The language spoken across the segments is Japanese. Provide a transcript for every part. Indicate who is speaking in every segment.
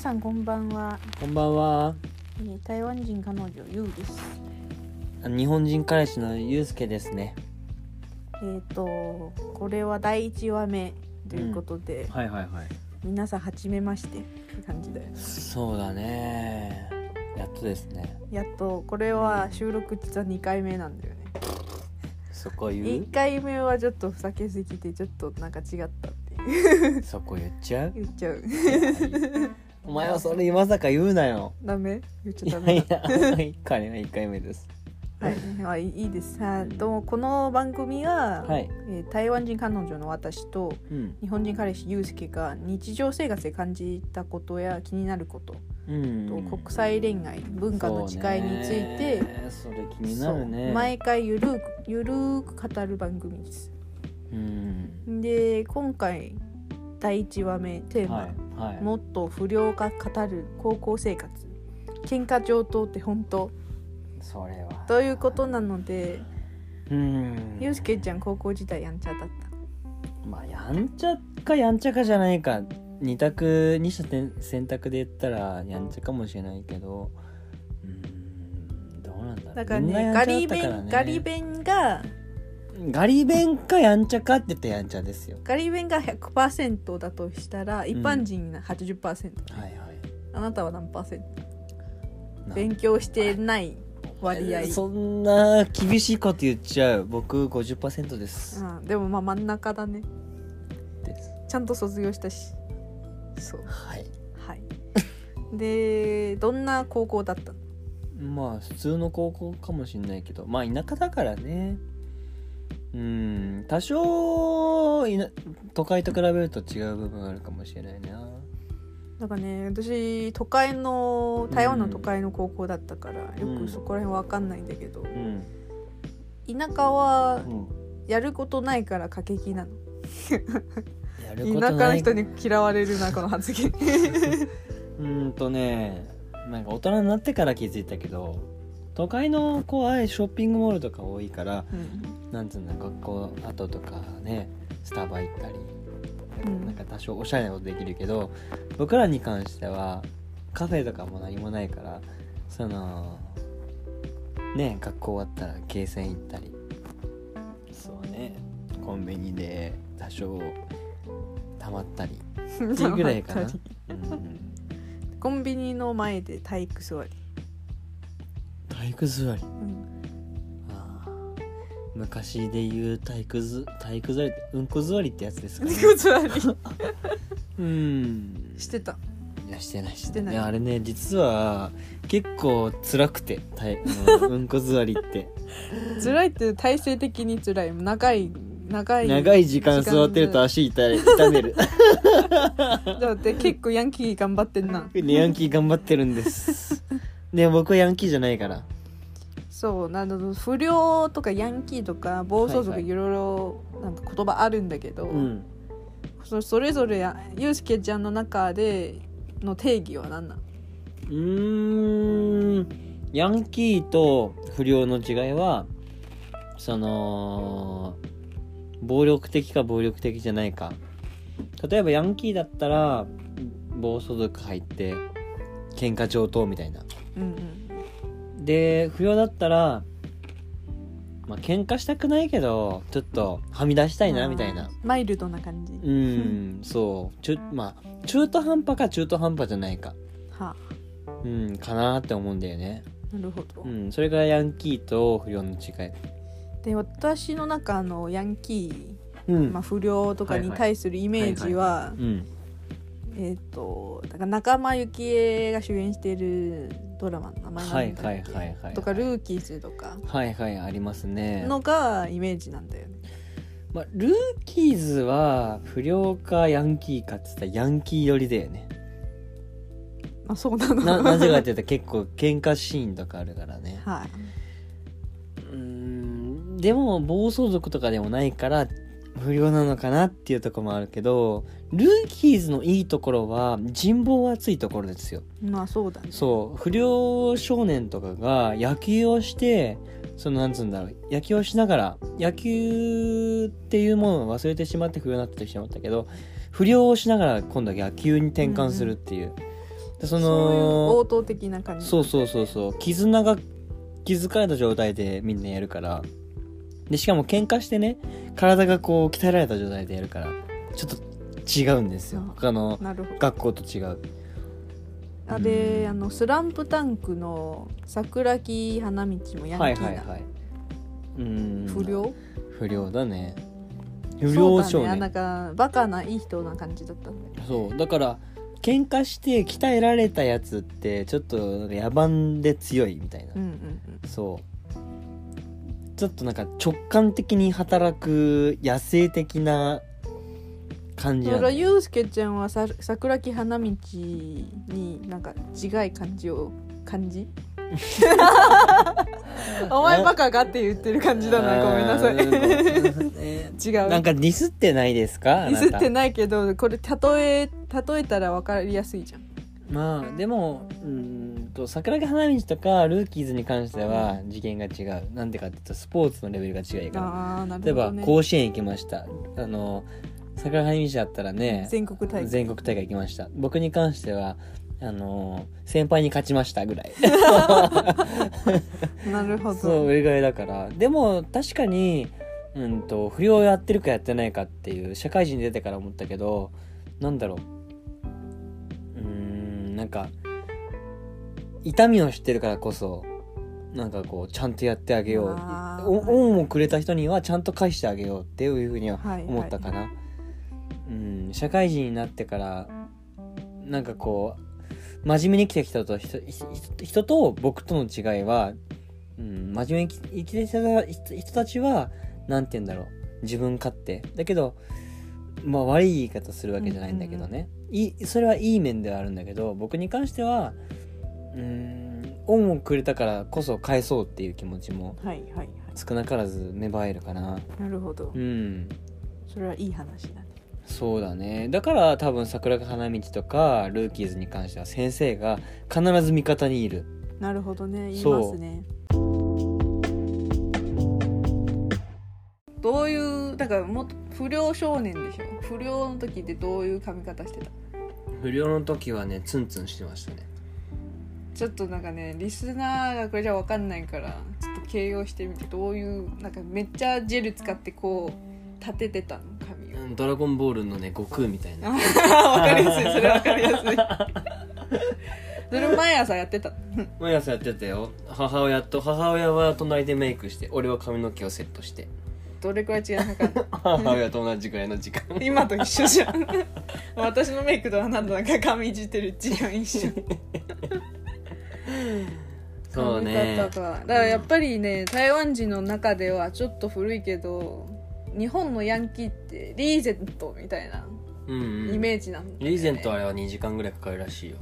Speaker 1: さんこんばんは、
Speaker 2: こんばんは。
Speaker 1: えー台湾人彼女ゆうです
Speaker 2: 日本人彼氏のゆうすけですね。
Speaker 1: えっ、とこれは第一話目ということで、
Speaker 2: はいはいはい。
Speaker 1: 皆さんはじめましてって感じで
Speaker 2: そうだね。やっとですね。
Speaker 1: やっとこれは収録実は2回目なんだよね
Speaker 2: そこ言
Speaker 1: 1回目はちょっとふざけすぎてちょっとなんか違ったっていう
Speaker 2: うそこ言っちゃう
Speaker 1: 言っちゃう
Speaker 2: お前はそれまさか言うなよ。
Speaker 1: ダメ言っち
Speaker 2: い
Speaker 1: ゃダ
Speaker 2: や
Speaker 1: メ
Speaker 2: い
Speaker 1: だ
Speaker 2: や、彼は1回目です。
Speaker 1: はい、はい、いいですさあとこの番組は、
Speaker 2: はい。
Speaker 1: えー台湾人彼女の私と
Speaker 2: うん。
Speaker 1: 日本人彼氏ゆうすけが日常生活で感じたことや気になること、
Speaker 2: うん。
Speaker 1: と国際恋愛文化の違いについて
Speaker 2: そうねそれ気になる
Speaker 1: そ
Speaker 2: ね。
Speaker 1: う毎回ゆるーくゆるーく語る番組です
Speaker 2: うん。
Speaker 1: で今回第1話目テーマ、
Speaker 2: はい。はい。
Speaker 1: もっと不良が語る高校生活喧嘩上等って本当
Speaker 2: それは。
Speaker 1: ということなので
Speaker 2: うん。
Speaker 1: ゆうすけちゃん高校時代やんちゃだった
Speaker 2: まあやんちゃかやんちゃかじゃないか二択二者選選択で言ったらやんちゃかもしれないけどうーんどうなんだろう
Speaker 1: だから
Speaker 2: みんな
Speaker 1: ね
Speaker 2: やん
Speaker 1: ガ
Speaker 2: ちゃだ
Speaker 1: リ
Speaker 2: った
Speaker 1: 勉
Speaker 2: から
Speaker 1: ガリ勉が
Speaker 2: ねガリ勉かやんちゃかって言ったらやんちゃですよ
Speaker 1: ガリ勉が100%だとしたら一般人が80%、
Speaker 2: はいはい
Speaker 1: あなたは何パーセン
Speaker 2: な
Speaker 1: ト勉強してない割合
Speaker 2: そんな厳しいこと言っちゃう僕50%です、
Speaker 1: うん、でもまあ真ん中だね
Speaker 2: です
Speaker 1: ちゃんと卒業したしそう
Speaker 2: はい
Speaker 1: はい でどんな高校だったの
Speaker 2: まあ普通の高校かもしんないけどまあ田舎だからねうん多少いな都会と比べると違う部分あるかもしれないな
Speaker 1: なんかね私都会の台湾の都会の高校だったから、
Speaker 2: うん
Speaker 1: よくそこら辺わかんないんだけど、
Speaker 2: うん、
Speaker 1: 田舎は
Speaker 2: うん、
Speaker 1: やることないから過激なの
Speaker 2: やること
Speaker 1: 田
Speaker 2: ない
Speaker 1: 舎の人に嫌われるなこの発 言
Speaker 2: うーんとねなんか大人になってから気づいたけど都会の子はショッピングモールとか多いから
Speaker 1: うん
Speaker 2: なんつうんだ学校後とかねスタバ行ったり
Speaker 1: うん
Speaker 2: なんか多少おしゃれなことできるけど僕らに関してはカフェとかも何もないからそのね学校終わったらゲーセン行ったりそうねコンビニで多少たまった りっていうぐら いかな、うん、
Speaker 1: コンビニの前で体育座り、
Speaker 2: 体育座り
Speaker 1: うん、
Speaker 2: あー昔で言う体育ず体育座りってうんこ座りってやつですかね
Speaker 1: 体育座り
Speaker 2: うん
Speaker 1: してた
Speaker 2: いやしてないして
Speaker 1: ない
Speaker 2: やあれね実は結構辛くてたいあ のうんこ座りって
Speaker 1: 辛いって体勢的に辛い長い長い
Speaker 2: 長い時間座ってると足痛い痛める
Speaker 1: だって結構ヤンキー頑張ってん な
Speaker 2: ねヤンキー頑張ってるん ですね僕はヤンキーじゃないから
Speaker 1: そうなの不良とかヤンキーとか暴走族
Speaker 2: はいはい
Speaker 1: いろいろなんか言葉あるんだけど、
Speaker 2: うん
Speaker 1: そそれぞれやユースケちゃんの中での定義は何なの
Speaker 2: うーんヤンキーと不良の違いはその暴力的か暴力的じゃないか例えばヤンキーだったら暴走族入って喧嘩上等みたいな
Speaker 1: うん
Speaker 2: で不良だったらまあ喧嘩したくないけどちょっとはみ出したいなみたいな
Speaker 1: うん、マイルドな感じ、
Speaker 2: うーんそうちゅまあ中途半端か中途半端じゃないか
Speaker 1: はあ
Speaker 2: うんかなって思うんだよね
Speaker 1: なるほど、
Speaker 2: うん、それがヤンキーと不良の違い。
Speaker 1: で私の中のヤンキ
Speaker 2: う
Speaker 1: ー、
Speaker 2: ん
Speaker 1: まあ、不良とかに対するイメージは
Speaker 2: うん、
Speaker 1: えっ、とだから仲間由紀恵が主演しているドラマの名前
Speaker 2: は
Speaker 1: なん
Speaker 2: い
Speaker 1: だっけ、
Speaker 2: はいはいはい。
Speaker 1: とかルーキーズとか
Speaker 2: はいはいありますね。
Speaker 1: のがイメージなんだよね。
Speaker 2: まあ、ルーキーズは不良かヤンキーかっつったらヤンキー寄りだよね。
Speaker 1: まあそうなの。
Speaker 2: ななぜかって言ったら結構喧嘩シーンとかあるからね。
Speaker 1: はい。
Speaker 2: うんでも暴走族とかでもないから不良なのかなっていうところもあるけどルーキーズのいいところは人望厚いところですよ。
Speaker 1: まあそうだね。
Speaker 2: そう不良少年とかが野球をしてそのなんつうんだろう野球をしながら野球っていうものを忘れてしまって不良になってしまったけど不良をしながら今度は野球に転換するっていう、で
Speaker 1: そ
Speaker 2: そ
Speaker 1: ういう応
Speaker 2: の
Speaker 1: 答的な感じ
Speaker 2: そうそうそうそう絆が築かれた状態でみんなやるからでしかも喧嘩してね体がこう鍛えられた状態でやるからちょっと違うんですよ
Speaker 1: あ
Speaker 2: 他の
Speaker 1: なるほど
Speaker 2: 学校と違う
Speaker 1: あで
Speaker 2: うん
Speaker 1: あのスランプタンクの桜木花道もヤンキーな、
Speaker 2: はいはいはいうん
Speaker 1: 不良
Speaker 2: 不良だね不良
Speaker 1: そ
Speaker 2: 少
Speaker 1: うだね
Speaker 2: 年
Speaker 1: なんかバカないい人な感じだったんだよ
Speaker 2: そうだから喧嘩して鍛えられたやつってちょっとなんか野蛮で強いみたいな、
Speaker 1: うんうん
Speaker 2: そうちょっとなんか直感的に働く野生的な感
Speaker 1: うん
Speaker 2: じ
Speaker 1: だ
Speaker 2: な
Speaker 1: から
Speaker 2: んだよ
Speaker 1: ユうスケちゃんはさ桜木花道になんか違い感じを感 じお前バカがって言ってる感じだなごめんなさい
Speaker 2: あ
Speaker 1: 違
Speaker 2: ーなんかえ
Speaker 1: う
Speaker 2: なんかディスってないですかあ
Speaker 1: ミ
Speaker 2: な
Speaker 1: ス
Speaker 2: た
Speaker 1: ってないけどこれ例え例えたら分かりやすいじゃん
Speaker 2: まあでもうーんと桜木花道とかルーキーズに関しては次元が違うなんでかっていうとスポーツのレベルが違うから
Speaker 1: ああなるほど、ね、
Speaker 2: 例えば甲子園行きましたあの桜木花道だったらね
Speaker 1: 全国大会
Speaker 2: 全国大会行きました僕に関してはあの先輩に勝ちましたぐらい
Speaker 1: なるほど
Speaker 2: そう俺ぐらいだからでも確かに、うん、と不良やってるかやってないかっていう社会人出てから思ったけどなんだろううーんなんか痛みを知ってるからこそなんかこうちゃんとやってあげよう
Speaker 1: あー
Speaker 2: お恩をくれた人にはちゃんと返してあげようっていうふうには
Speaker 1: はい
Speaker 2: 思ったかな、うん社会人になってからなんかこう真面目に生きてきた人と人人人と僕との違いは、うん、真面目に生き生きてきた人人たちはなんて言うんだろう自分勝手だけどまあ悪い言い方するわけじゃないんだけどね、いいそれはいい面ではあるんだけど僕に関してはうん恩をくれたからこそ返そうっていう気持ちも
Speaker 1: はいはいはい
Speaker 2: 少なからず芽生えるかな
Speaker 1: なるほど、
Speaker 2: うん
Speaker 1: それはいい話だね
Speaker 2: そうだねだから多分桜木花道とかルーキーズに関しては先生が必ず味方にいる
Speaker 1: なるほどね言い
Speaker 2: そう
Speaker 1: ますねどういうだからもっと不良少年でしょ不良の時ってどういう髪型してた
Speaker 2: 不良の時はねツンツンしてましたね
Speaker 1: ちょっとなんかねリスナーがこれじゃ分かんないからちょっと形容してみてどういうなんかめっちゃジェル使ってこう立ててたの髪を
Speaker 2: ドラゴンボールのね悟空みたいな
Speaker 1: わかりやすいそれわかりやすい それ毎朝やってた
Speaker 2: 毎朝やってたよ母親と母親は隣でメイクして俺は髪の毛をセットして
Speaker 1: どれくらい違いなかった
Speaker 2: 母親と同じくらいの時 間
Speaker 1: 今と一緒じゃん 私のメイクとあなたなんか髪いじってる時間一緒
Speaker 2: そう
Speaker 1: 髪
Speaker 2: ね
Speaker 1: 型かだからやっぱりね台湾人の中ではちょっと古いけど日本のヤンキーってリーゼントみたいな
Speaker 2: うん、うん、
Speaker 1: イメージなんだよね
Speaker 2: リーゼントあれは2時間ぐらいかかるらしいよ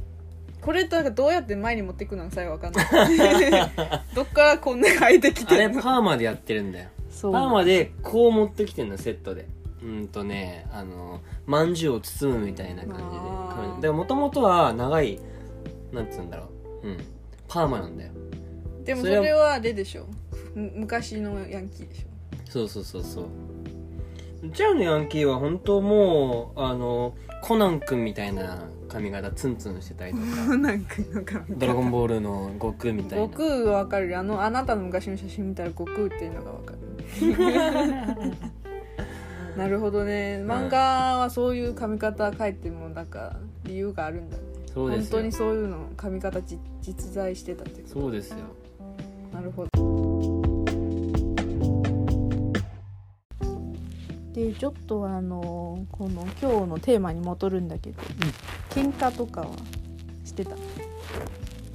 Speaker 1: これとなんかどうやって前に持っていくのかさえわかんない どっからこんな生えてき
Speaker 2: あ
Speaker 1: て
Speaker 2: れ
Speaker 1: ん
Speaker 2: パ
Speaker 1: の
Speaker 2: ーマでやってるんだよ
Speaker 1: そう
Speaker 2: パーマでこう持ってきてんのセットでうんとねあのまんじゅうを包むみたいな感じで
Speaker 1: あー
Speaker 2: 髪でもともとは長いなんつうんだろううんパーマなんだよ
Speaker 1: でもそれはあれでしょむ昔のヤンキーでしょ
Speaker 2: そうそうそうそううちらのヤンキーは本当もうあのコナン君みたいな髪型ツンツンしてたりとか
Speaker 1: なんかなんか
Speaker 2: 「ドラゴンボール」の悟空みたいな
Speaker 1: 悟空はわかるよあのあなたの昔の写真見たら悟空っていうのが わかるなるほどね漫画はそういう髪型書いてもなんか理由があるんだね
Speaker 2: そうで
Speaker 1: 本
Speaker 2: す
Speaker 1: 当
Speaker 2: よ
Speaker 1: にそういうの髪型じ実在してたっていう
Speaker 2: そうですよ
Speaker 1: なるほどでちょっとあのこの今日のテーマに戻るんだけど、喧嘩とかはしてた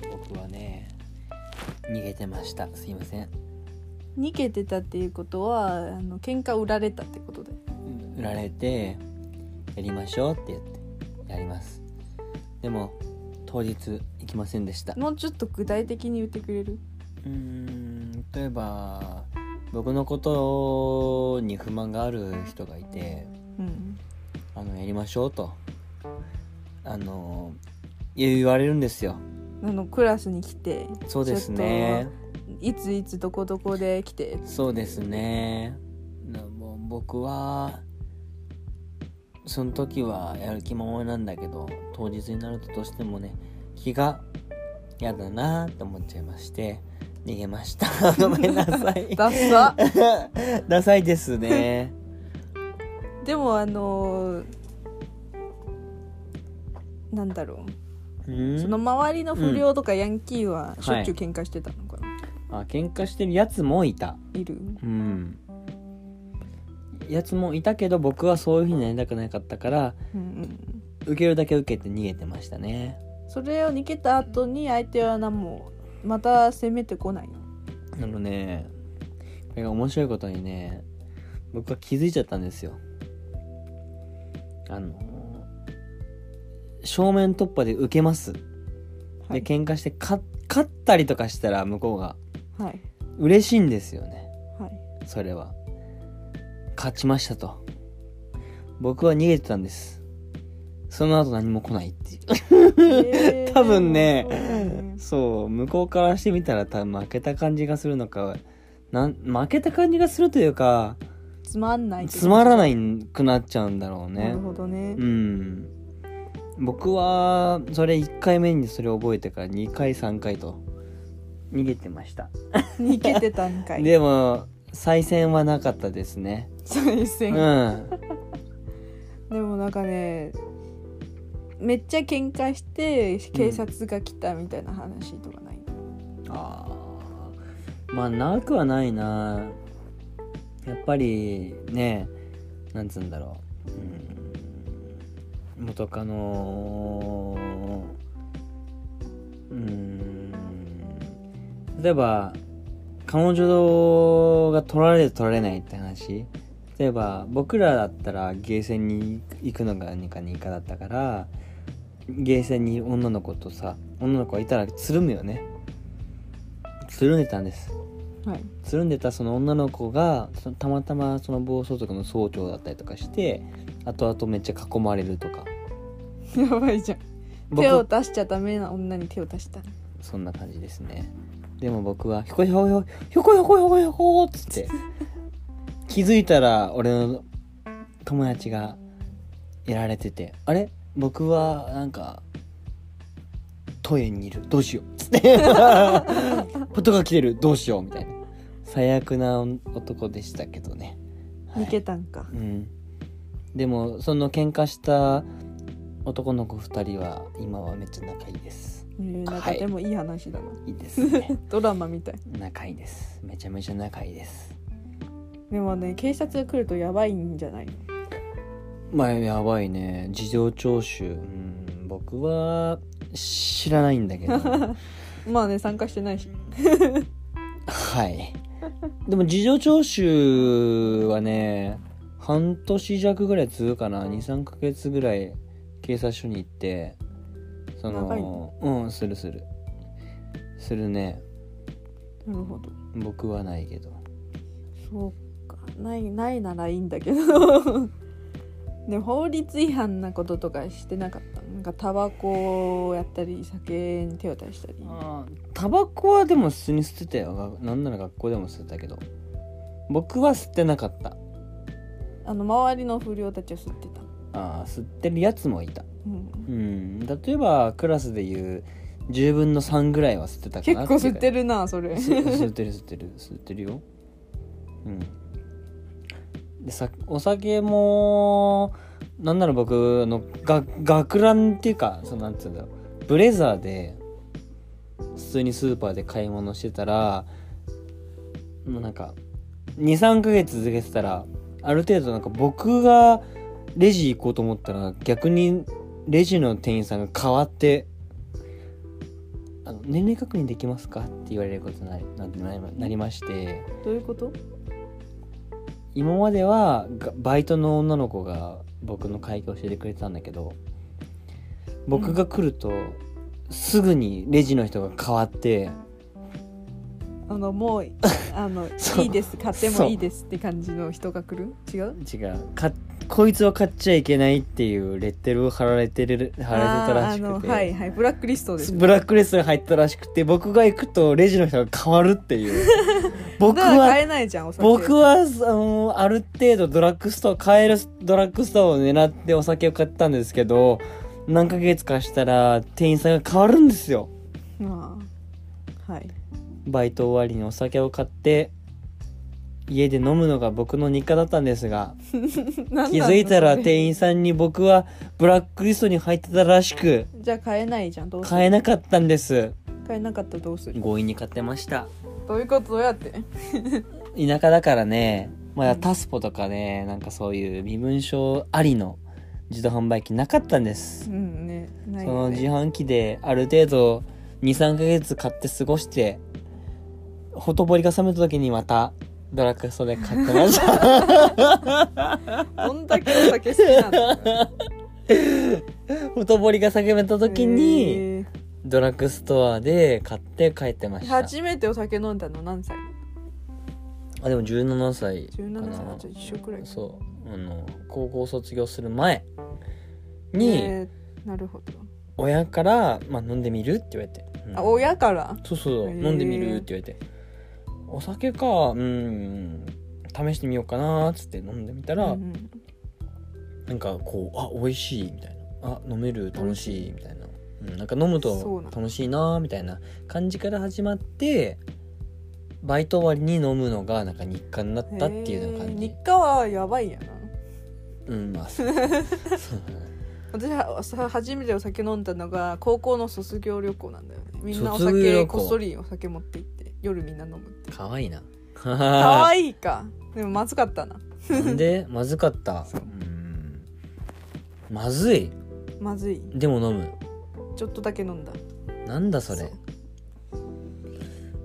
Speaker 2: 僕はね逃げてましたすいません
Speaker 1: 逃げてたっていうことはあの喧嘩売られたってことで
Speaker 2: 売られてやりましょうって言ってやりますでも当日行きませんでしたう
Speaker 1: もうちょっと具体的に言ってくれる
Speaker 2: ーん例えば僕のことに不満がある人がいて
Speaker 1: うん
Speaker 2: あのやりましょうとあの言われるんですよ
Speaker 1: あのクラスに来て
Speaker 2: そうですね
Speaker 1: いついつどこどこで来て
Speaker 2: そうですねなもう僕はその時はやる気ままなんだけど当日になるとどうしてもね気が嫌だなと思っちゃいまして逃げました ごめんなさ い
Speaker 1: ダッサ
Speaker 2: ダサいですね
Speaker 1: でもあのーなんだろう その
Speaker 2: ん
Speaker 1: 周りの不良とかヤンキーはしょっちゅう喧嘩してたのかな、
Speaker 2: あ喧嘩してるやつもいた
Speaker 1: い、る
Speaker 2: うんやつもいたけど僕はそういうふうになりたくなかったから
Speaker 1: うんうん
Speaker 2: 受けるだけ受けて逃げてましたね
Speaker 1: それを逃げた後に相手は何もまた攻めてこない
Speaker 2: あのねこれが面白いことにね僕は気づいちゃったんですよあの正面突破で受けます、
Speaker 1: はい
Speaker 2: で喧嘩して勝勝ったりとかしたら向こうが
Speaker 1: はい
Speaker 2: 嬉しいんですよね
Speaker 1: はい
Speaker 2: それは勝ちましたと僕は逃げてたんですその後何も来ないっていう
Speaker 1: えー
Speaker 2: 多分ね
Speaker 1: そうだね
Speaker 2: そう向こうからしてみたら多分負けた感じがするのかなん負けた感じがするというか
Speaker 1: つまんない
Speaker 2: つまら
Speaker 1: い
Speaker 2: ないくなっちゃうんだろう
Speaker 1: な
Speaker 2: ね
Speaker 1: るほどね、
Speaker 2: うん僕はそれ1回目にそれを覚えてから2回3回と逃げてました、
Speaker 1: 逃げてたんかい
Speaker 2: でも再戦はなかったですね
Speaker 1: 再
Speaker 2: う
Speaker 1: 戦
Speaker 2: ん
Speaker 1: でもなんかねめっちゃ喧嘩して警察が来たみたいな話とかない、
Speaker 2: あーまあなくはないなやっぱりねなんつうんだろう、うん、元カノうん例えば彼女が取られる取られないって話例えば僕らだったらゲーセンに行くのが何か日課だったからゲーセンに女の子とさ女の子がいたらつるむよねつるんでたんです
Speaker 1: はい
Speaker 2: つるんでたその女の子がそのたまたまその暴走族の総長だったりとかして後々めっちゃ囲まれるとか
Speaker 1: やばいじゃん手を
Speaker 2: 僕
Speaker 1: 出しちゃダメな女に手を出した
Speaker 2: そんな感じですねでも僕はひょこひょこひょこひょこひょこひょこひょこっつって気づいたら俺の友達がやられててあれ僕はなんかトイレにいるどうしようつってことが来てるどうしようみたいな最悪な男でしたけどね、はい
Speaker 1: 逃げたんか
Speaker 2: うん、でもその喧嘩した男の子2人は今はめっちゃ仲いいです
Speaker 1: えーなん
Speaker 2: は
Speaker 1: か
Speaker 2: い
Speaker 1: でもいい話だな、
Speaker 2: いいですね
Speaker 1: ドラマみたい
Speaker 2: 仲いいですめちゃめちゃ仲いいです
Speaker 1: でもね警察が来るとやばいんじゃないの
Speaker 2: まあやばいね事情聴取うん僕は知らないんだ けど
Speaker 1: まあね参加してないし
Speaker 2: はいでも事情聴取はね半年弱ぐらい続くかな23ヶ月ぐらい警察署に行ってそ
Speaker 1: 長い
Speaker 2: のうんするするするね
Speaker 1: なるほど
Speaker 2: 僕はないけど
Speaker 1: そうかないないならいいんだけど でも法律違反なこととかしてなかったなんかタバコをやったり酒に手を出したり
Speaker 2: タバコはでも普通に吸ってたよがなんなら学校でも吸ってたけど僕は吸ってなかった
Speaker 1: あの周りの不良たちを吸ってた、
Speaker 2: あー吸ってるやつもいた
Speaker 1: うん、
Speaker 2: うん例えばクラスでいう10分の3ぐらいは吸ってたか
Speaker 1: 結
Speaker 2: な
Speaker 1: 構吸って
Speaker 2: る
Speaker 1: るなそれ
Speaker 2: 吸ってる吸ってる吸ってるようんでさお酒もなんなら僕あのが学ランっていうかそのなんつうんだろうブレザーで普通にスーパーで買い物してたらもうなんか23ヶ月続けてたらある程度なんか僕がレジ行こうと思ったら逆にレジの店員さんが変わって「あの年齢確認できますか?」って言われることになりなななりまして
Speaker 1: どういうこと
Speaker 2: 今まではがバイトの女の子が僕の会計を教えてくれてたんだけど僕が来るとすぐにレジの人が変わって。
Speaker 1: あのもうあの
Speaker 2: そう
Speaker 1: いいです買ってもいいですって感じの人が来る違う
Speaker 2: 違うかこいつは買っちゃいけないっていうレッテルを貼られてる貼られてたらし
Speaker 1: あーあ
Speaker 2: くて、
Speaker 1: のはいはいブラックリストです
Speaker 2: ブラックレストに入ったらしくて僕が行くとレジの人が変わるって いう僕
Speaker 1: だから
Speaker 2: は
Speaker 1: 買えないじゃんお酒
Speaker 2: 僕はあのある程度ドラッグストア買えるドラッグストアを狙ってお酒を買ったんですけど何ヶ月かしたら店員さんが変わるんですよ
Speaker 1: まあはい
Speaker 2: バイト終わりにお酒を買って家で飲むのが僕の日課だったんですが 気づいたら
Speaker 1: 員
Speaker 2: 店員さんに僕はブラックリストに入ってたらしく
Speaker 1: じゃあ買えないじゃんどうする
Speaker 2: 買えなかったんです
Speaker 1: 買えなかったらどうする
Speaker 2: 強引に買ってました
Speaker 1: どういうことどうやって
Speaker 2: 田舎だからねまだタスポとかねなんかそういう身分証ありの自動販売機なかったんです
Speaker 1: うんねない
Speaker 2: そ
Speaker 1: よ
Speaker 2: の自
Speaker 1: ね
Speaker 2: 販機である程度23ヶ月買って過ごしてほとぼりが冷めた時にまたドラッグストアで買ってました
Speaker 1: どんだけお酒好きなん だ
Speaker 2: ほとぼりが冷めた時に
Speaker 1: え
Speaker 2: ドラッグストアで買って帰ってま
Speaker 1: ー
Speaker 2: した
Speaker 1: 初めてお酒飲んだの何歳
Speaker 2: あでも17歳かな
Speaker 1: 17歳あじゃあ一緒くらいか
Speaker 2: そうあの高校卒業する前に、
Speaker 1: えーなるほど
Speaker 2: 親から、まあ、飲んでみるって言われて、うん
Speaker 1: あ親から
Speaker 2: そうそう、
Speaker 1: へー
Speaker 2: 飲んでみるって言われてお酒かうん試してみようかなっつって飲んでみたら、
Speaker 1: うんうん
Speaker 2: なんかこうあ美味しいみたいなあ飲める楽しいみたいな、うん、なんか飲む
Speaker 1: そう
Speaker 2: と
Speaker 1: なん
Speaker 2: 楽しいなみたいな感じから始まってバイト終わりに飲むのがなんか日課になったっていうような感
Speaker 1: へー
Speaker 2: じ
Speaker 1: 日、課はやばいやな
Speaker 2: うんまあそうそうだね
Speaker 1: 私はさ初めてお酒飲んだのが高校の卒業旅行なんだよねみんなお
Speaker 2: 卒業
Speaker 1: 酒
Speaker 2: 旅行
Speaker 1: こっそりお酒持って行って夜みんな飲む
Speaker 2: かわいいな
Speaker 1: か
Speaker 2: か
Speaker 1: わいいかでもまずかったな
Speaker 2: なんでまずかったうんまずい
Speaker 1: まずい
Speaker 2: でも飲む
Speaker 1: ちょっとだけ飲んだ
Speaker 2: なんだそれ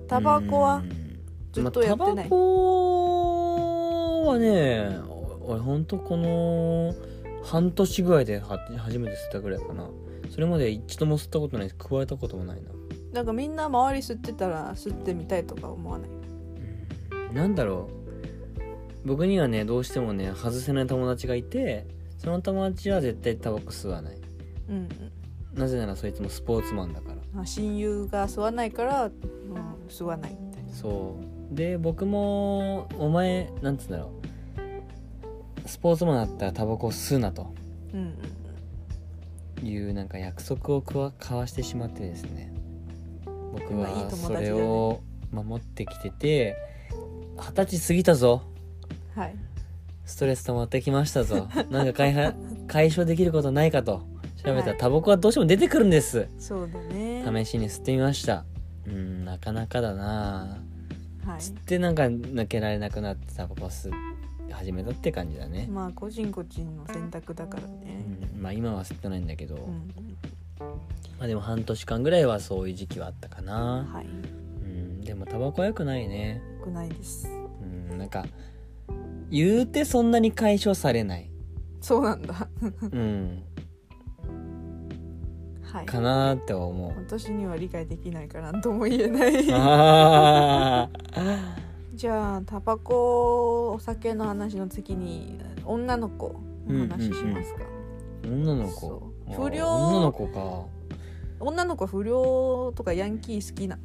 Speaker 1: タバコ
Speaker 2: う
Speaker 1: は
Speaker 2: ん
Speaker 1: ずっとやって
Speaker 2: まあ
Speaker 1: な
Speaker 2: タバ
Speaker 1: い、
Speaker 2: コはねお俺ほんとこの半年ぐらいでは初めて吸ったぐらいかなそれまで一度も吸ったことないし加えたこともないな
Speaker 1: なんかみんな周り吸ってたら吸ってみたいとか思わない
Speaker 2: うんなんだろう僕にはねどうしてもね外せない友達がいてその友達は絶対タバコ吸わない
Speaker 1: うん
Speaker 2: なぜならそいつもスポーツマンだから
Speaker 1: うんあ親友が吸わないから、うん、吸わないみたいな
Speaker 2: そうで僕もお前なんつうんだろうスポーツマンだったらタバコを吸うなと
Speaker 1: うん
Speaker 2: いうなんか約束をくわ交わしてしまってですね僕はい
Speaker 1: い友
Speaker 2: は
Speaker 1: 達だ
Speaker 2: そ
Speaker 1: ね
Speaker 2: れを守ってきてて二十歳過ぎたぞ
Speaker 1: うんはい
Speaker 2: ストレス溜まってきまし たぞなんか解は解消できることないかと調べた
Speaker 1: は
Speaker 2: ら
Speaker 1: い
Speaker 2: タバコはどうしても出てくるんです
Speaker 1: そうだね
Speaker 2: 試しに吸ってみましたうんなかなかだなあ
Speaker 1: は
Speaker 2: つっ
Speaker 1: い
Speaker 2: てなんか抜けられなくなってタバコ吸って始めたって感じだね、
Speaker 1: まあ個人個人の選択だからね
Speaker 2: うんまあ今は吸ってないんだけど、
Speaker 1: うん、
Speaker 2: まあでも半年間ぐらいはそういう時期はあったか
Speaker 1: うん、
Speaker 2: な、
Speaker 1: はいよ
Speaker 2: うん、でもタバコは良くないね
Speaker 1: くないです
Speaker 2: うんなんか言うてそんなに解消されない、
Speaker 1: そうなんだ
Speaker 2: うん、
Speaker 1: はい
Speaker 2: かなーって思 う
Speaker 1: 私には理解できないから何とも言えない
Speaker 2: あー
Speaker 1: じゃあタバコお酒の話の次に女の子の話しますか、
Speaker 2: 女の子
Speaker 1: そう
Speaker 2: あー
Speaker 1: 不良
Speaker 2: 女の子か
Speaker 1: 女の子不良とかヤンキー好きなの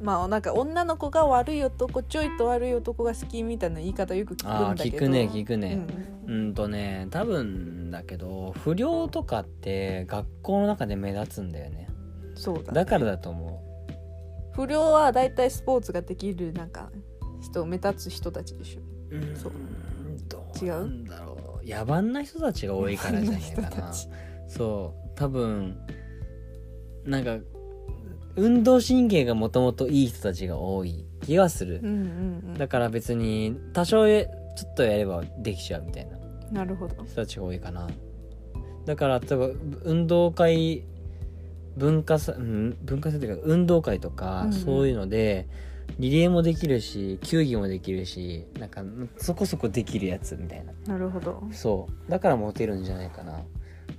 Speaker 1: まあなんか女の子が悪い男ちょいと悪い男が好きみたいな言い方よく聞く
Speaker 2: あ
Speaker 1: ん
Speaker 2: ー
Speaker 1: だけど
Speaker 2: 聞くね聞くね、
Speaker 1: うん
Speaker 2: うんとね多分だけど不良とかって学校の中で目立つんだよね
Speaker 1: そうだ
Speaker 2: だからだと思
Speaker 1: 不良は大体スポーツができるなんか人目立つ人たちでしょ
Speaker 2: う、うん
Speaker 1: そう
Speaker 2: ど
Speaker 1: 違う
Speaker 2: なんだろう野蛮な人たちが多いからじゃないか
Speaker 1: 野蛮な
Speaker 2: な
Speaker 1: 人
Speaker 2: そう多分なんか運動神経がもともといい人たちが多い気がす
Speaker 1: う
Speaker 2: る、
Speaker 1: んうん
Speaker 2: だから別に多少えちょっとやればできちゃうみたいな
Speaker 1: うんなるほど
Speaker 2: 人たちが多いかなだから例えば運動会文化祭うん文化祭というか運動会とか、
Speaker 1: うんうん
Speaker 2: そういうのでリレーもできるし球技もできるしなんかそこそこできるやつみたいな
Speaker 1: なるほど
Speaker 2: そうだからモテるんじゃないかなだか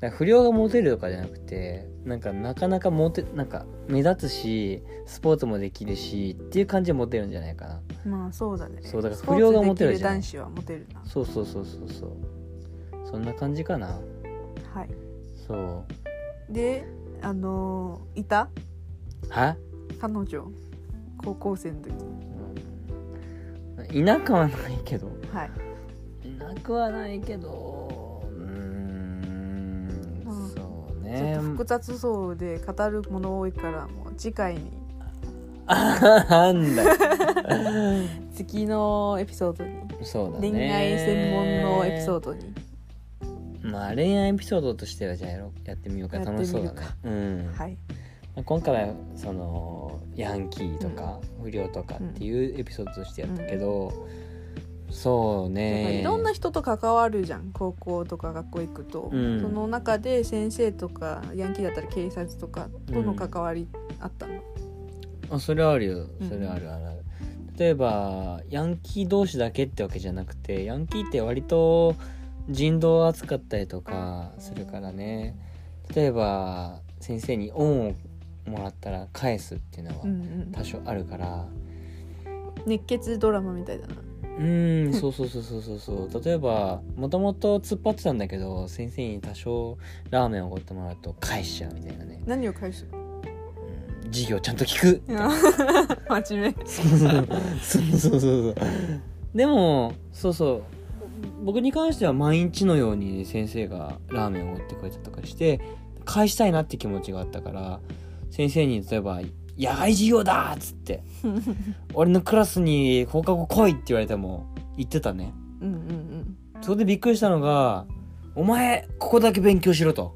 Speaker 2: ら不良がモテるとかじゃなくてなんかなかなかモテなんか目立つしスポーツもできるしっていう感じでモテるんじゃないかな
Speaker 1: まあそうだね
Speaker 2: そうだから不良がモテる
Speaker 1: ス
Speaker 2: じ
Speaker 1: ポ
Speaker 2: ゃ
Speaker 1: ー
Speaker 2: ん
Speaker 1: ツできる男子はモテるな
Speaker 2: そうそうそうそうそうそんな感じかな
Speaker 1: はい
Speaker 2: そう
Speaker 1: であのーいた
Speaker 2: は
Speaker 1: 彼女高校生の時
Speaker 2: いなくはないけど
Speaker 1: はい
Speaker 2: いなくはないけどうーん
Speaker 1: まあ
Speaker 2: そう
Speaker 1: ちょっ
Speaker 2: ね
Speaker 1: と 複雑そうで語るもの多いからもう次回に
Speaker 2: あなんだよ
Speaker 1: 次のエピソードに
Speaker 2: そうだね
Speaker 1: 恋愛専門のエピソードに
Speaker 2: ドまあ恋愛エピソードとしてはじゃあやろうやってみようか
Speaker 1: やってみ
Speaker 2: 楽
Speaker 1: る
Speaker 2: し
Speaker 1: か
Speaker 2: そうだねうん、
Speaker 1: はい
Speaker 2: まあ今回はそのヤンキーとか不良とかっていうエピソードとしてやったけど、そう
Speaker 1: やっぱ
Speaker 2: ね
Speaker 1: いろんな人と関わるじゃん高校とか学校行くと、
Speaker 2: うん
Speaker 1: その中で先生とかヤンキーだったら警察とかとの関わりあったの、
Speaker 2: あそれはあるよ
Speaker 1: うん
Speaker 2: それはあるあるある、例えばヤンキー同士だけってわけじゃなくてヤンキーって割と人道扱ったりとかするからね例えば先生に恩をもらったら返すっていうのは
Speaker 1: うんうん、
Speaker 2: 多少あるから
Speaker 1: 熱血ドラマみたいだな
Speaker 2: うんんそうそうそうそうそうそう例えばもともと突っ張ってたんだけど先生に多少ラーメンをおごってもらうと返しちゃうみたいなね、
Speaker 1: 何を返す
Speaker 2: うん、授業ちゃんと聞く
Speaker 1: の真面目
Speaker 2: そうそうそうそうそうでもそうそう僕に関しては毎日のように先生がラーメンを売ってくれたりとかして返したいなって気持ちがあったから先生に例えば「野外授業だ!」っつ って「俺のクラスに放課後来い!」って言われても言ってたね
Speaker 1: うんうんうん
Speaker 2: そこでびっくりしたのが「お前ここだけ勉強しろ」と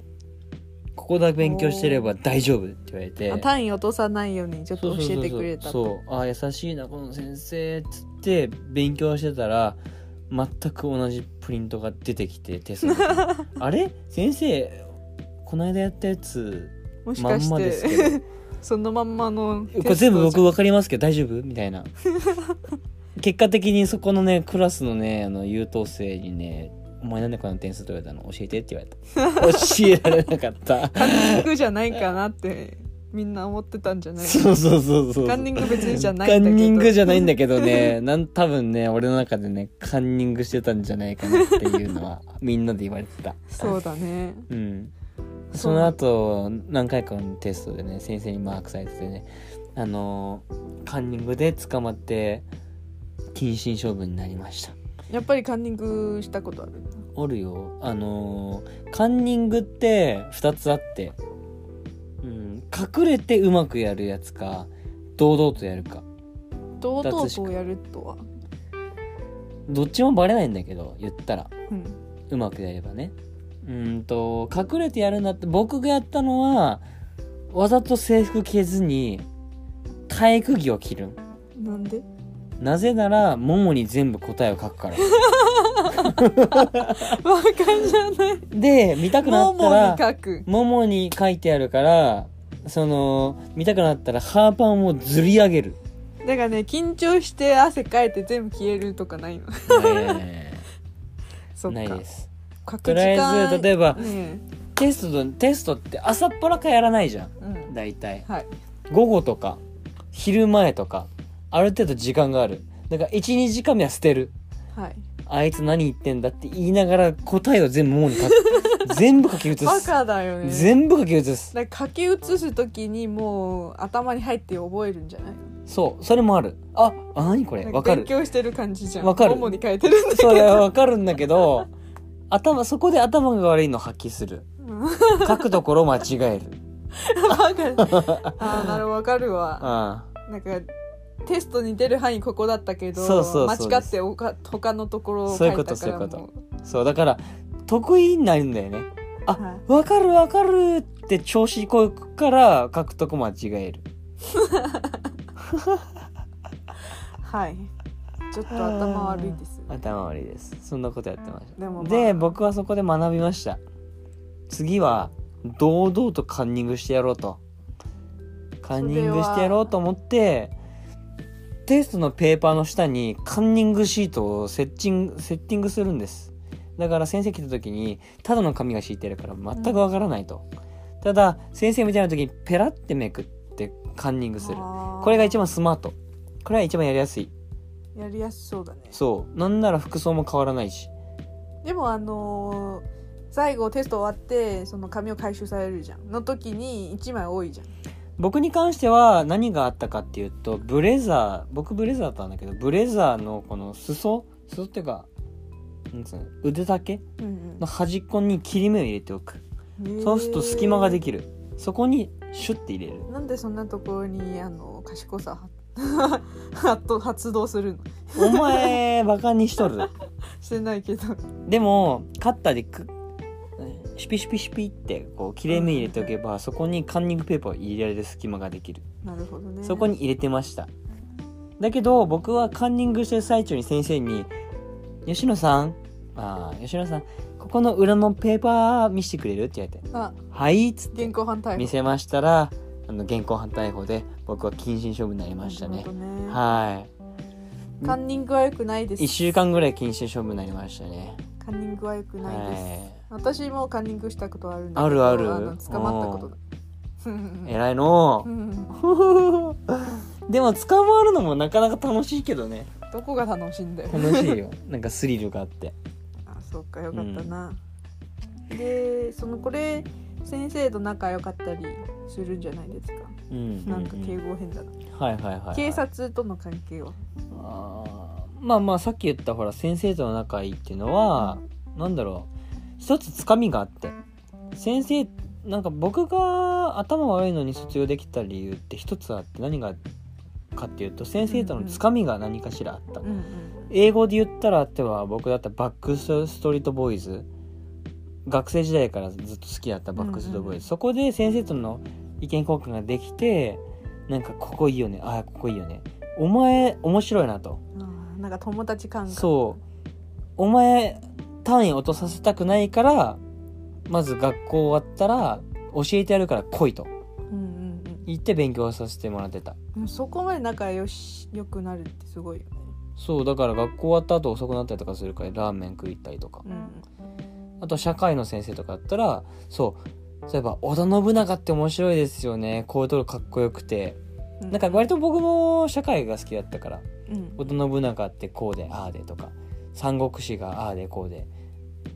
Speaker 2: 「ここだけ勉強してれば大丈夫」って言われて
Speaker 1: あ単位落とさないようにちょっと教えてくれた
Speaker 2: そ
Speaker 1: と
Speaker 2: うそうそうそうあ優しいなこの先生っつって勉強してたら全く同じプリントが出てきてテストに あれ先生こないだやったやつ
Speaker 1: もし
Speaker 2: ま
Speaker 1: か
Speaker 2: ん
Speaker 1: し
Speaker 2: ま
Speaker 1: て
Speaker 2: ですけど
Speaker 1: そのまんまの
Speaker 2: これ全部僕分かりますけど大丈夫みた いな結果的にそこのねクラスのねあの優等生にね「お前なんでこの点数取れたの教えて」って言われた教えられなかった
Speaker 1: カンニングじゃないかなってみんな思ってたんじゃない
Speaker 2: そうそうそうそう
Speaker 1: カンニング別にじゃないんだ
Speaker 2: カ
Speaker 1: けど
Speaker 2: ンニングじゃないんだけどねなん多分ね俺の中でねカンニングしてたんじゃないかなっていうのはみんなで言われてた
Speaker 1: そうだね
Speaker 2: うん
Speaker 1: そう
Speaker 2: その後何回かのテストでね先生にマークされててねあのーカンニングで捕まって謹慎処分になりました
Speaker 1: やっぱりカンニングしたことある
Speaker 2: おるよあのーカンニングって2つあって、うん、隠れてうまくやるやつか堂々とやるか
Speaker 1: 堂々とやるとは、
Speaker 2: どっちもバレないんだけど言ったら
Speaker 1: うん、
Speaker 2: うまくやればねうーんと隠れてやるんだって僕がやったのはわざと制服着ずに体育着を着るん
Speaker 1: なん で
Speaker 2: なぜならももに全部答えを書くから
Speaker 1: バカじゃない
Speaker 2: で見たくな
Speaker 1: も
Speaker 2: った
Speaker 1: もに
Speaker 2: ら
Speaker 1: 書く
Speaker 2: ももに書いてあるからその見たくなったらハーパンをずり上げる、
Speaker 1: だからね緊張して汗かいて全部消えるとかないの
Speaker 2: ね
Speaker 1: そ
Speaker 2: え
Speaker 1: っか
Speaker 2: ないです
Speaker 1: 書く
Speaker 2: と
Speaker 1: 時
Speaker 2: りあえず
Speaker 1: 間
Speaker 2: 例えば
Speaker 1: ね
Speaker 2: テストのテストって朝っぱらからやらないじゃん
Speaker 1: えうん
Speaker 2: 大体
Speaker 1: はい
Speaker 2: 午後とか昼前とかある程度時間があるだから12時間目は捨てる
Speaker 1: はい
Speaker 2: あいつ何言ってんだって言いながら答えを全部もうに書く 全部書き写
Speaker 1: バ
Speaker 2: す
Speaker 1: カだよね
Speaker 2: 全部書き写す
Speaker 1: だから書き写す時にもう頭に入って覚えるんじゃない
Speaker 2: そうそれもあるああ何これ
Speaker 1: なん
Speaker 2: わか
Speaker 1: 勉
Speaker 2: る
Speaker 1: 強してる感じじゃん
Speaker 2: わかる
Speaker 1: 主に書いてるんだけ
Speaker 2: それ
Speaker 1: ど
Speaker 2: はわかるんだけど頭そこで頭が悪いの発揮する
Speaker 1: うん
Speaker 2: 書くところ間違える
Speaker 1: バ カあーなるほどわかるわ
Speaker 2: ああ
Speaker 1: なんかテストに出る範囲ここだったけど
Speaker 2: そうそうそう
Speaker 1: 間違っておか他のところを書いたから
Speaker 2: そういうことそう
Speaker 1: も
Speaker 2: いうそうだから得意になるんだよねあ
Speaker 1: はい
Speaker 2: わかるわかるって調子こいくから書くとこ間違える
Speaker 1: はいちょっと頭悪いです
Speaker 2: 頭悪いですそんなことやってました
Speaker 1: でもまあ
Speaker 2: で僕はそこで学びました次は堂々とカンニングしてやろうとカンニングしてやろうと思ってテストのペーパーの下にカンニングシートをセッチンセッティングするんですだから先生来た時にただの紙が敷いてるから全くわからないと、ただ先生みたいな時にペラってめくってカンニングする
Speaker 1: あー
Speaker 2: これが一番スマートこれは一番やりやすい
Speaker 1: やりやすそうだね
Speaker 2: そうなんなら服装も変わらないし
Speaker 1: でもあのー最後テスト終わってその紙を回収されるじゃんの時に1枚多いじゃん
Speaker 2: 僕に関しては何があったかっていうとブレザー僕ブレザーだったんだけどブレザーのこの裾裾っていうかなんつうの腕丈
Speaker 1: うん
Speaker 2: の端っこに切り目を入れておくそうすると隙間がで
Speaker 1: き
Speaker 2: きるそこにシュッて入れる
Speaker 1: なんでそんなところにあの賢さは 発動発動するの
Speaker 2: お前バカにしとる
Speaker 1: してないけど
Speaker 2: でもカッターでくシュピシュピシュピってこう切れ目入れておけばそこにカンニングペーパーを入れられる隙間ができる
Speaker 1: なるほどね
Speaker 2: そこに入れてましただけど僕はカンニングしてる最中に先生に「吉野さんあー吉野さんここの裏のペーパー見せてくれる?」って言われて
Speaker 1: あ
Speaker 2: 「はい」っつって
Speaker 1: 現行犯逮捕
Speaker 2: 見せましたらあの現行犯逮捕で僕は謹慎処分になりました
Speaker 1: な
Speaker 2: ね
Speaker 1: るほどね
Speaker 2: は
Speaker 1: カンニングは良くないです
Speaker 2: い1週間ぐらい謹慎処分になりましたね
Speaker 1: カンニングは良くないです、
Speaker 2: は
Speaker 1: 私もカンニングしたことあるんだけど
Speaker 2: あるある
Speaker 1: の捕まったことだ
Speaker 2: い偉いの
Speaker 1: う
Speaker 2: うん でも捕まるのもなかなか楽しいけどね
Speaker 1: どこが楽しいんだよ
Speaker 2: 楽しいよ なんかスリルがあって
Speaker 1: あそうかよかったな、でそのこれ先生と仲良かったりするんじゃないですか
Speaker 2: うん
Speaker 1: なんか
Speaker 2: う
Speaker 1: 敬語変だな、
Speaker 2: うんはいはいはいはい
Speaker 1: 警察との関係は
Speaker 2: あーまあまあさっき言ったほら先生との仲いいっていうのはなんだろう一つつかみがあって先生なんか僕が頭悪いのに卒業できた理由って一つあって何がかっていうと先生とのつかみが何かしらあった、
Speaker 1: うんうん
Speaker 2: 英語で言ったらあっては僕だったらバックストリートボーイズ学生時代からずっと好きだったバックストリートボ
Speaker 1: うん
Speaker 2: ーイズ、
Speaker 1: うん
Speaker 2: そこで先生との意見交換ができてなんかここいいよねああここいいよねお前面白いなと
Speaker 1: あーなんか友達感覚
Speaker 2: そうお前単位落とさせたくないからまず学校終わったら教えてやるから来いと
Speaker 1: うんうん
Speaker 2: 言って勉強させてもらってた
Speaker 1: うんそこまで仲良し良くなるってすごいよね
Speaker 2: そうだから学校終わった後遅くなったりとかするからラーメン食いたりとか
Speaker 1: うんうん
Speaker 2: あと社会の先生とかだったらそうそういえば織田信長って面白いですよねこういうとこかっこよくて
Speaker 1: うん
Speaker 2: なんか割と僕も社会が好きだったから
Speaker 1: うん
Speaker 2: 織田信長ってこうでああでとか三国志がああでこうで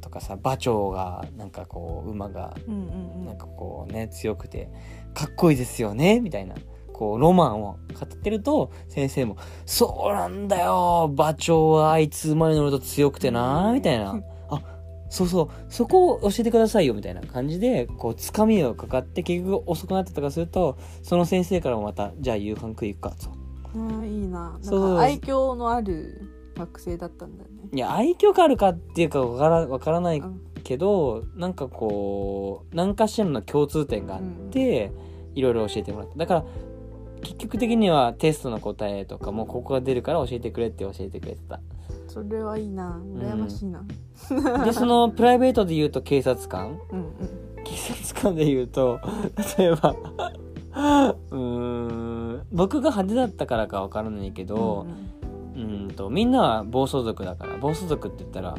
Speaker 2: とかさ馬長がなんかこう馬が
Speaker 1: うんうんう
Speaker 2: なん
Speaker 1: ん
Speaker 2: かこうね強くてかっこいいですよねみたいなこうロマンを語ってると先生も「そうなんだよ馬長はあいつ馬に乗ると強くてな」みたいな「あそうそうそこを教えてくださいよ」みたいな感じでこうつかみをかかって結局遅くなったとかするとその先生からもまた「じゃあ夕飯食い行くか」と。
Speaker 1: ああいいななん
Speaker 2: そう
Speaker 1: か愛嬌のある学生だったんだね
Speaker 2: いや愛嬌があるかっていうかわからわからない
Speaker 1: うん
Speaker 2: けどなんかこう何かしらの共通点があって、いろいろ教えてもらっただから結局的にはテストの答えとかもうここが出るから教えてくれって教えてくれて た
Speaker 1: それはいいな羨ましいな
Speaker 2: でそのプライベートで言うと警察官
Speaker 1: うんうん
Speaker 2: 警察官で言うと 例えばうーん僕が派手だったからかわからないけど、
Speaker 1: うんうん
Speaker 2: うーんとみんなは暴走族だから暴走族って言ったら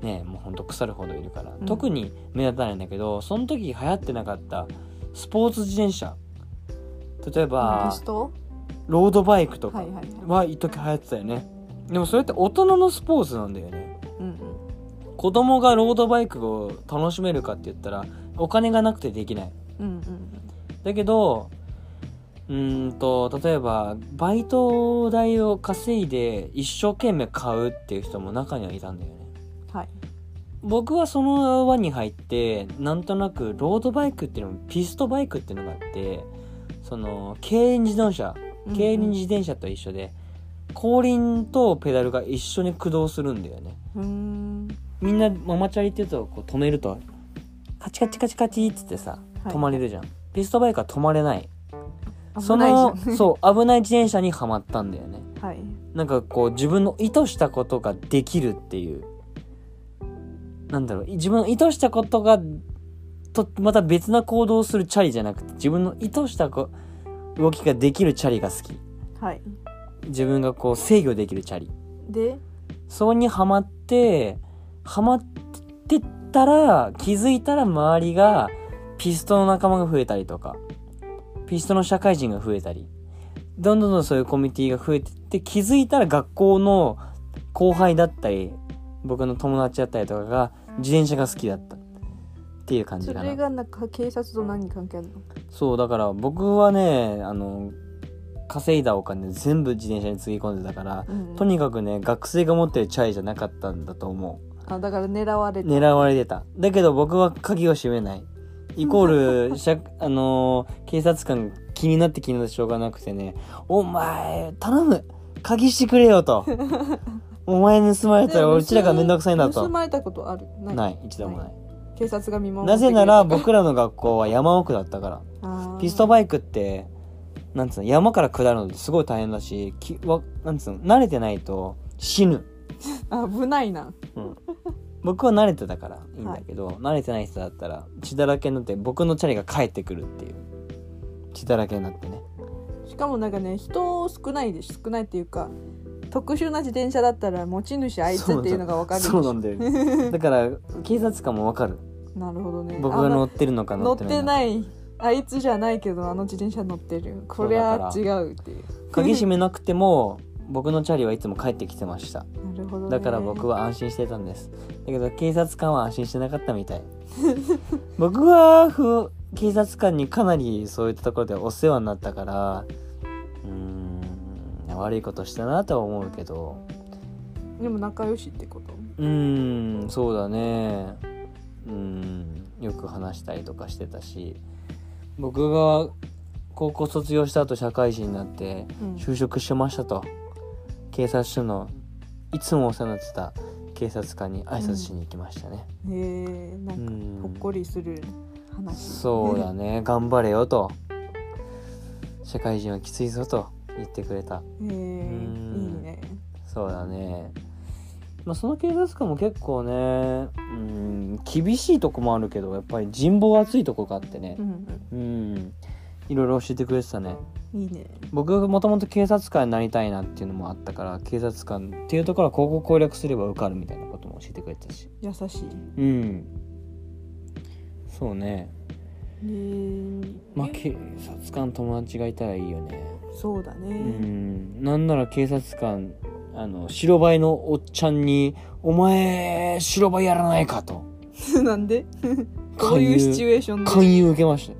Speaker 2: ねもうほんと腐るほどいるから、
Speaker 1: うん
Speaker 2: 特に目立たないんだけどその時流行ってなかったスポーツ自転車例え
Speaker 1: リ
Speaker 2: ば
Speaker 1: スト
Speaker 2: ロードバイクとか
Speaker 1: はいはいはい
Speaker 2: は一時流行ってたよねでもそれって大人のスポーツなんだよね
Speaker 1: うんうん
Speaker 2: 子供がロードバイクを楽しめるかって言ったらお金がなくてできない
Speaker 1: うんうん
Speaker 2: だけどうーんと例えばバイト代を稼いで一生懸命買うっていう人も中にはいたんだよね
Speaker 1: はい
Speaker 2: 僕はその輪に入ってなんとなくロードバイクっていうのもピストバイクっていうのがあってその軽輪自動車
Speaker 1: うんうん
Speaker 2: 軽輪自転車と一緒で、後輪とペダルが一緒に駆動するんだよね
Speaker 1: うーん
Speaker 2: みんなママチャリって言うとこう止めるとカチカチカチカチっつってさ
Speaker 1: はい
Speaker 2: 止まれるじゃん、ピストバイクは止まれない
Speaker 1: 危
Speaker 2: そ
Speaker 1: ないじゃ
Speaker 2: の
Speaker 1: ん
Speaker 2: そう危ない自転車にはまったんだよね
Speaker 1: はい
Speaker 2: なんかこう自分の意図したことができるっていうなんだろう自分の意図したことがとまた別な行動をするチャリじゃなくて自分の意図したこ動きができるチャリが好き
Speaker 1: はい
Speaker 2: 自分がこう制御できるチャリ
Speaker 1: で
Speaker 2: そこにはまってはまってったら気づいたら周りがピストの仲間が増えたりとかピストの社会人が増えたりどんどんどんそういうコミュニティが増えてって気づいたら学校の後輩だったり僕の友達だったりとかが自転車が好きだったっていう感じ
Speaker 1: そ
Speaker 2: かな
Speaker 1: れがなんか警察と何関係あるの
Speaker 2: そうだから僕はねあの稼いだお金全部自転車につぎ込んでたから
Speaker 1: うん
Speaker 2: とにかくね学生が持ってるチャイじゃなかったんだと思う
Speaker 1: あだから狙われて
Speaker 2: 狙われてただけど僕は鍵を閉めないイ コール、しゃ、あのー警察官気になって気になってしょうがなくてね、お前、頼む鍵してくれ よと。お前盗まれたらうちらがめんどくさいんだ
Speaker 1: 盗
Speaker 2: と。
Speaker 1: まれたことあるない
Speaker 2: ない、一度もない。
Speaker 1: 警察が見守
Speaker 2: なぜなら
Speaker 1: 僕
Speaker 2: 僕らの学校は山奥だったから。ピスト
Speaker 1: イ
Speaker 2: バイクって、なんつうの、山から下るのってすごい大変だし、きわなんつうの、慣れてないと死ぬ。
Speaker 1: 危ないな
Speaker 2: うん、僕は慣れてたからいいんだけど、慣れてない人だったら血だらけになって僕のチャリが帰ってくるっていう血だらけになってね
Speaker 1: しかもなんかね人少ないで少ないっていうか特殊な自転車だったら持ち主あいつっていうのが分かる
Speaker 2: そうなんだよ だから警察官もわかる
Speaker 1: なるほどね
Speaker 2: 僕が乗
Speaker 1: あ
Speaker 2: ってるのか
Speaker 1: の乗
Speaker 2: 乗
Speaker 1: っ
Speaker 2: って
Speaker 1: て
Speaker 2: ないのか
Speaker 1: ないあいつじゃないけどあの自転車乗ってるこりゃ違うっていう
Speaker 2: 鍵閉めなくても僕のチャリはいつも帰ってきてました
Speaker 1: なるほど、ね、
Speaker 2: だから僕は安心してたんですだけど警察官は安心してなかったみたい僕はふ警察官にかなりそういったところでお世話になったからうーん悪いことしたなとは思うけど
Speaker 1: でも仲良しってこと
Speaker 2: うーんそうだねうーんよく話したりとかしてたし僕が高校卒業した後社会人になって
Speaker 1: うん
Speaker 2: 就職しましたと警察署のいつもお世話になってた警察官に挨拶しに行きましたね、
Speaker 1: へえな
Speaker 2: うん
Speaker 1: か
Speaker 2: ん
Speaker 1: ほっこりする話
Speaker 2: そうだね頑張れよと社会人はきついぞと言ってくれた
Speaker 1: へえいい
Speaker 2: ん
Speaker 1: ね
Speaker 2: そうだねまあその警察官も結構ねうん厳しいとこもあるけどやっぱり人望厚いとこがあってね
Speaker 1: うん
Speaker 2: うんいろいろ教えてくれてたね
Speaker 1: うんいいね
Speaker 2: 僕もともと警察官になりたいなっていうのもあったから警察官っていうところはここを攻略すれば受かるみたいなことも教えてくれてたし
Speaker 1: 優しい
Speaker 2: うんそうね
Speaker 1: ね
Speaker 2: まあ警察官友達がいたらいいよね
Speaker 1: そうだ
Speaker 2: う
Speaker 1: ね、
Speaker 2: んなんなら警察官あの白バイのおっちゃんに「お前白バイやらないか」と
Speaker 1: なんでどういうシチュエーションで
Speaker 2: 勧誘を受けまし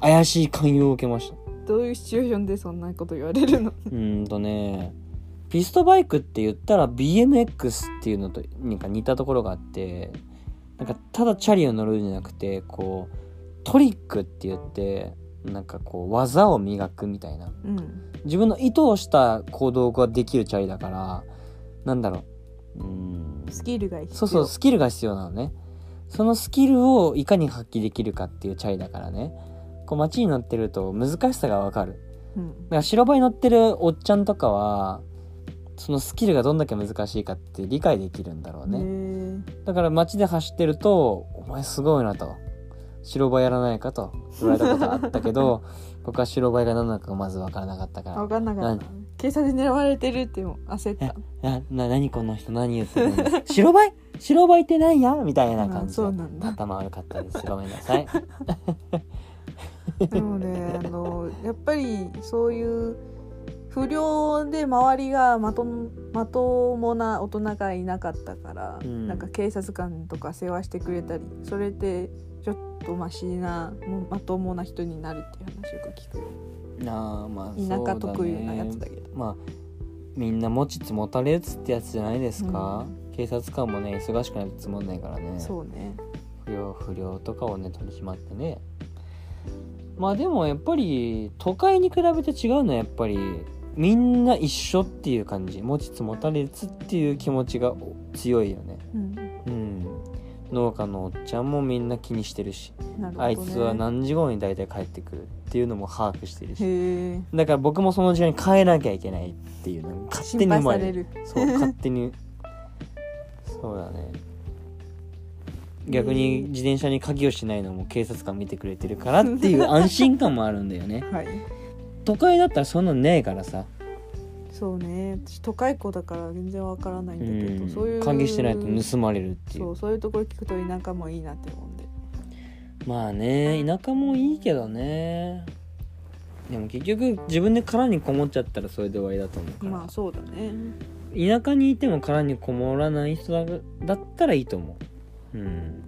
Speaker 2: た怪しい勧誘を受けました
Speaker 1: どういうシチュエーションでそんなこと言われるの
Speaker 2: うーんとねピストバイクって言ったら BMX っていうのとなんか似たところがあってなんかただチャリを乗るんじゃなくてこうトリックって言ってなんかこう技を磨くみたいな
Speaker 1: うん
Speaker 2: 自分の意図をした行動ができるチャリだからなんだろううーん
Speaker 1: スキルが必要
Speaker 2: そうそうスキルが必要なのねそのスキルをいかに発揮できるかっていうチャリだからねこう街に乗ってると難しさがわかる
Speaker 1: うん
Speaker 2: だから白バイ乗ってるおっちゃんとかはそのスキルがどんだけ難しいかって理解できるんだろうね、
Speaker 1: ね
Speaker 2: だから街で走ってると「お前すごいな」と「白バイやらないか」と言われたことあった けど僕は白バイが何なのかまず分からなかった
Speaker 1: え
Speaker 2: か
Speaker 1: 分かんなかった警察に狙われてるっても焦った
Speaker 2: ら「なな何この人何言ってるんだ 白バイ白バイって何や?」みたいな
Speaker 1: あ
Speaker 2: 感じで
Speaker 1: そうなん だ
Speaker 2: 頭悪かったですごめんな さい
Speaker 1: でもねあのやっぱりそういう不良で周りがまともまともな大人がいなかったから、
Speaker 2: うん
Speaker 1: なんか警察官とか世話してくれたりそれでちょっとマシなもうまともな人になるっていう話よく聞くよ
Speaker 2: なあまあ
Speaker 1: 田舎特有なや
Speaker 2: そ
Speaker 1: つ
Speaker 2: うだね
Speaker 1: だけど
Speaker 2: まあみんな持ちつ持たれつってやつじゃないですか、警察官もね忙しくなるとつまんないからね
Speaker 1: そうね
Speaker 2: 不良不良とかをね取り締まってねまあでもやっぱり都会に比べて違うのはやっぱりみんな一緒っていう感じ持ちつ持たれつっていう気持ちが強いよね
Speaker 1: うん
Speaker 2: うん農家のおっちゃんもみんな気にしてるし
Speaker 1: なるほど、ね、
Speaker 2: あいつは何時頃に大体帰ってくるっていうのも把握してるし
Speaker 1: へえ
Speaker 2: だから僕もその時間に帰らなきゃいけないっていうのが勝手
Speaker 1: 心
Speaker 2: に生
Speaker 1: 配
Speaker 2: ま
Speaker 1: さ
Speaker 2: れ
Speaker 1: れ
Speaker 2: る
Speaker 1: る
Speaker 2: そう勝手にそうだね逆に自転車に鍵をしないのも警察官見てくれてるからって いう安心感もあるんだよね
Speaker 1: はい
Speaker 2: 都会だったらそんなのねえからさ
Speaker 1: そうね私都会っ子だから全然わからないん
Speaker 2: う
Speaker 1: だけど、
Speaker 2: ん
Speaker 1: そういう
Speaker 2: 鍵してないと盗まれるってい
Speaker 1: そううそういうところ聞くと田舎もいいなって思うんで
Speaker 2: まあね田舎もいいけどねでも結局自分で殻にこもっちゃったらそれで終わりだと思うから、
Speaker 1: まあそうだね
Speaker 2: 田舎にいても殻にこもらない人だだったらいいと思ううん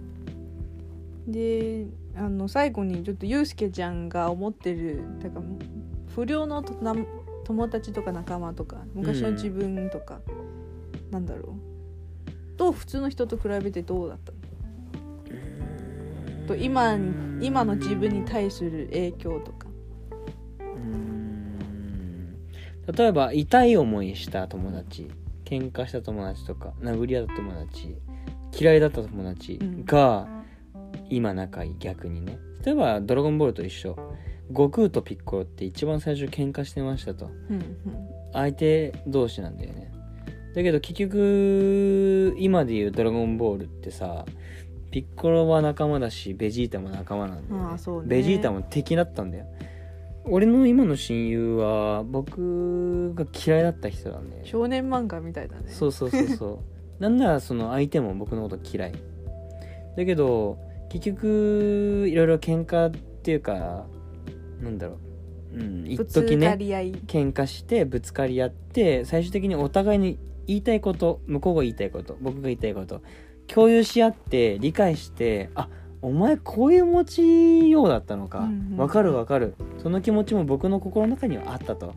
Speaker 1: であの最後にちょっとゆうすけちゃんが思ってるだから不良のとな友達とか仲間とか昔の自分とか、なんだろうと普通の人と比べてどうだったのと今
Speaker 2: うん
Speaker 1: 今の自分に対する影響とか
Speaker 2: うーん例えば痛い思いした友達喧嘩した友達とか殴り合った友達嫌いだった友達
Speaker 1: うん
Speaker 2: が、今仲いい逆にね例えば「ドラゴンボール」と一緒悟空とピッコロって一番最初喧嘩してましたと
Speaker 1: うん
Speaker 2: 相手同士なんだよねだけど結局今でいう「ドラゴンボール」ってさピッコロは仲間だしベジータも仲間なんだよ、ね
Speaker 1: ああそうね
Speaker 2: ベジータも敵だったんだよ俺の今の親友は僕が嫌いだった人なんだよね
Speaker 1: 少年漫画みたいだね
Speaker 2: そうそうそうそ うなんならその相手も僕のこと嫌いだけど結局いろいろ喧嘩っていうかなんだろううん一
Speaker 1: ぶつ
Speaker 2: 時
Speaker 1: か
Speaker 2: ね
Speaker 1: り合い
Speaker 2: 喧嘩してぶつかり合って最終的にお互いに言いたいこと向こうが言いたいこと僕が言いたいこと共有し合って理解してあお前こういう持ちようだったのかわ、
Speaker 1: うんうん
Speaker 2: かるわかるその気持ちも僕の心の中にはあったと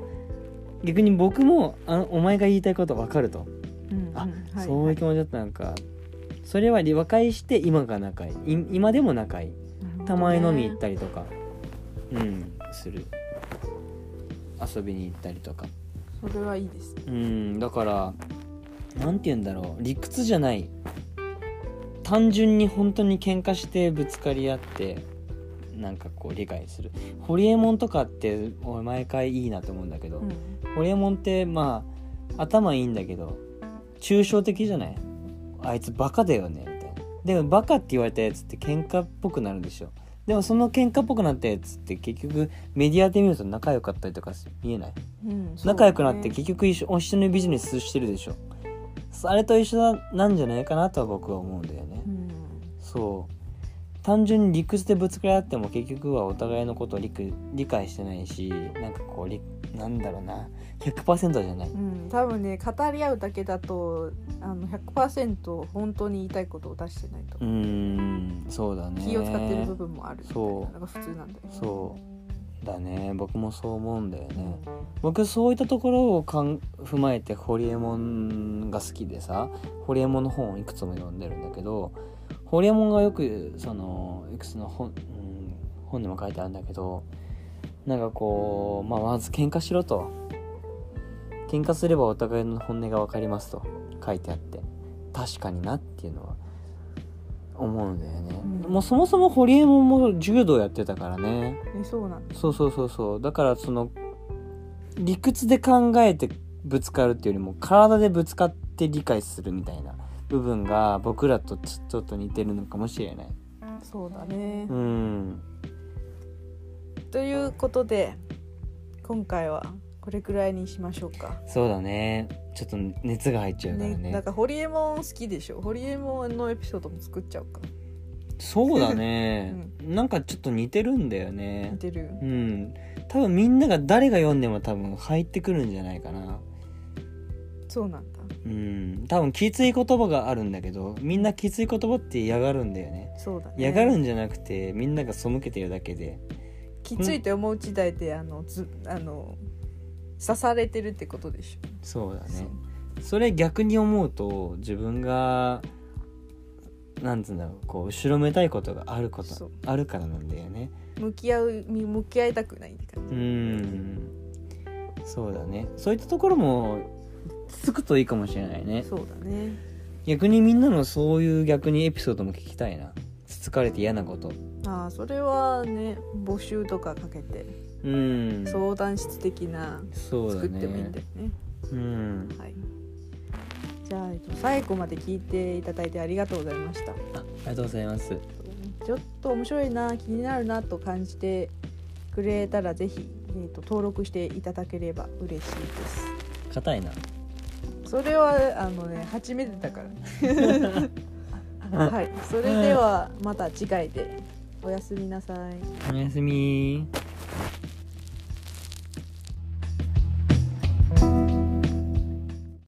Speaker 2: 逆に僕もあお前が言いたいことわかると、
Speaker 1: うんうん
Speaker 2: あ
Speaker 1: はい
Speaker 2: そういう気持ちだったのかそれは和解して今が仲いいい今でも仲いいたまに飲み行ったりとか、うんする遊びに行ったりとか
Speaker 1: それはいいですね
Speaker 2: うんだからなんて言うんだろう理屈じゃない単純に本当に喧嘩してぶつかり合ってなんかこう理解するホリエモンとかって俺毎回いいなと思うんだけど、
Speaker 1: うん
Speaker 2: ホリエモンってまあ頭いいんだけど抽象的じゃないあいつバカだよねみたいなでもバカって言われたやつって喧嘩っぽくなるでしょでもその喧嘩っぽくなったやつって結局メディアで見ると仲良かったりとか見えない
Speaker 1: うんそう
Speaker 2: 仲良くなって
Speaker 1: ね
Speaker 2: 結局一緒一緒にビジネスしてるでしょそあれと一緒ななんじゃないかなとは僕は思うんだよね、
Speaker 1: うん
Speaker 2: そう単純に理屈でぶつかり合っても結局はお互いのことを理く理解してないしなんかこう理なんだろうな100%じゃない
Speaker 1: うん、多分ね語り合うだけだとあの100%本当に言いたいことを出してないと
Speaker 2: うーんそうだね
Speaker 1: 気を使ってる部分もあるみたいな
Speaker 2: そう
Speaker 1: のが普通なんだよね
Speaker 2: そうだね僕もそう思うんだよね僕そういったところをかん踏まえてホリエモンが好きでさホリエモンの本をいくつも読んでるんだけどホリエモンがよくそのいくつの本,、うん、本でも書いてあるんだけどなんかこう、まあ、まず喧嘩しろと喧嘩すればお互いの本音が分かりますと書いてあって確かになっていうのは思うんだよね、
Speaker 1: うん
Speaker 2: もうそもそもホリエモンも柔道やってたからね
Speaker 1: えそうなんだ
Speaker 2: そうそうそうそうだからその理屈で考えてぶつかるっていうよりも体でぶつかって理解するみたいな部分が僕らとちちょっと似てるのかもしれない
Speaker 1: そうだね、
Speaker 2: うん
Speaker 1: ということで今回はこれくらいにしましょうか
Speaker 2: そうだねちょっと熱が入っちゃうからね
Speaker 1: ね、なんかホリエモン好きでしょホリエモンのエピソードも作っちゃおうか
Speaker 2: そうだね、なんかちょっと似てるんだよね
Speaker 1: 似てる
Speaker 2: うん多分みんなが誰が読んでも多分入ってくるんじゃないかな
Speaker 1: そうなんだ
Speaker 2: うん多分きつい言葉があるんだけどみんなきつい言葉って嫌がるんだよね
Speaker 1: そうだね
Speaker 2: 嫌がるんじゃなくてみんなが背けてるだけで
Speaker 1: きついって思う時代であのずあの刺されてるってことでしょ
Speaker 2: そうだね
Speaker 1: そう
Speaker 2: それ逆に思うと自分がなんつうんだろうこう後ろめたいことがあるこ
Speaker 1: そう
Speaker 2: とあるからなんだよね
Speaker 1: 向き合う向き合いたくないって感
Speaker 2: う
Speaker 1: じ、
Speaker 2: んそうだねそういったところもつくといいかもしれないね
Speaker 1: そうだね
Speaker 2: 逆にみんなのそういう逆にエピソードも聞きたいなつつかれて嫌なこと
Speaker 1: ああそれはね募集とかかけて
Speaker 2: うんそう
Speaker 1: 相談室的な
Speaker 2: そうだ
Speaker 1: 作
Speaker 2: ね
Speaker 1: ってもいいんだよね
Speaker 2: うん
Speaker 1: はいじゃあ、えっと、最後まで聞いていただいてありがとうございました
Speaker 2: あありがとうございます
Speaker 1: ちょっと面白いな気になるなと感じてくれたらぜひ、えー、と登録していただければ嬉しいです
Speaker 2: 硬いな
Speaker 1: それはあのね初めてだからはいそれではまた次回でおやすみなさい
Speaker 2: おやすみ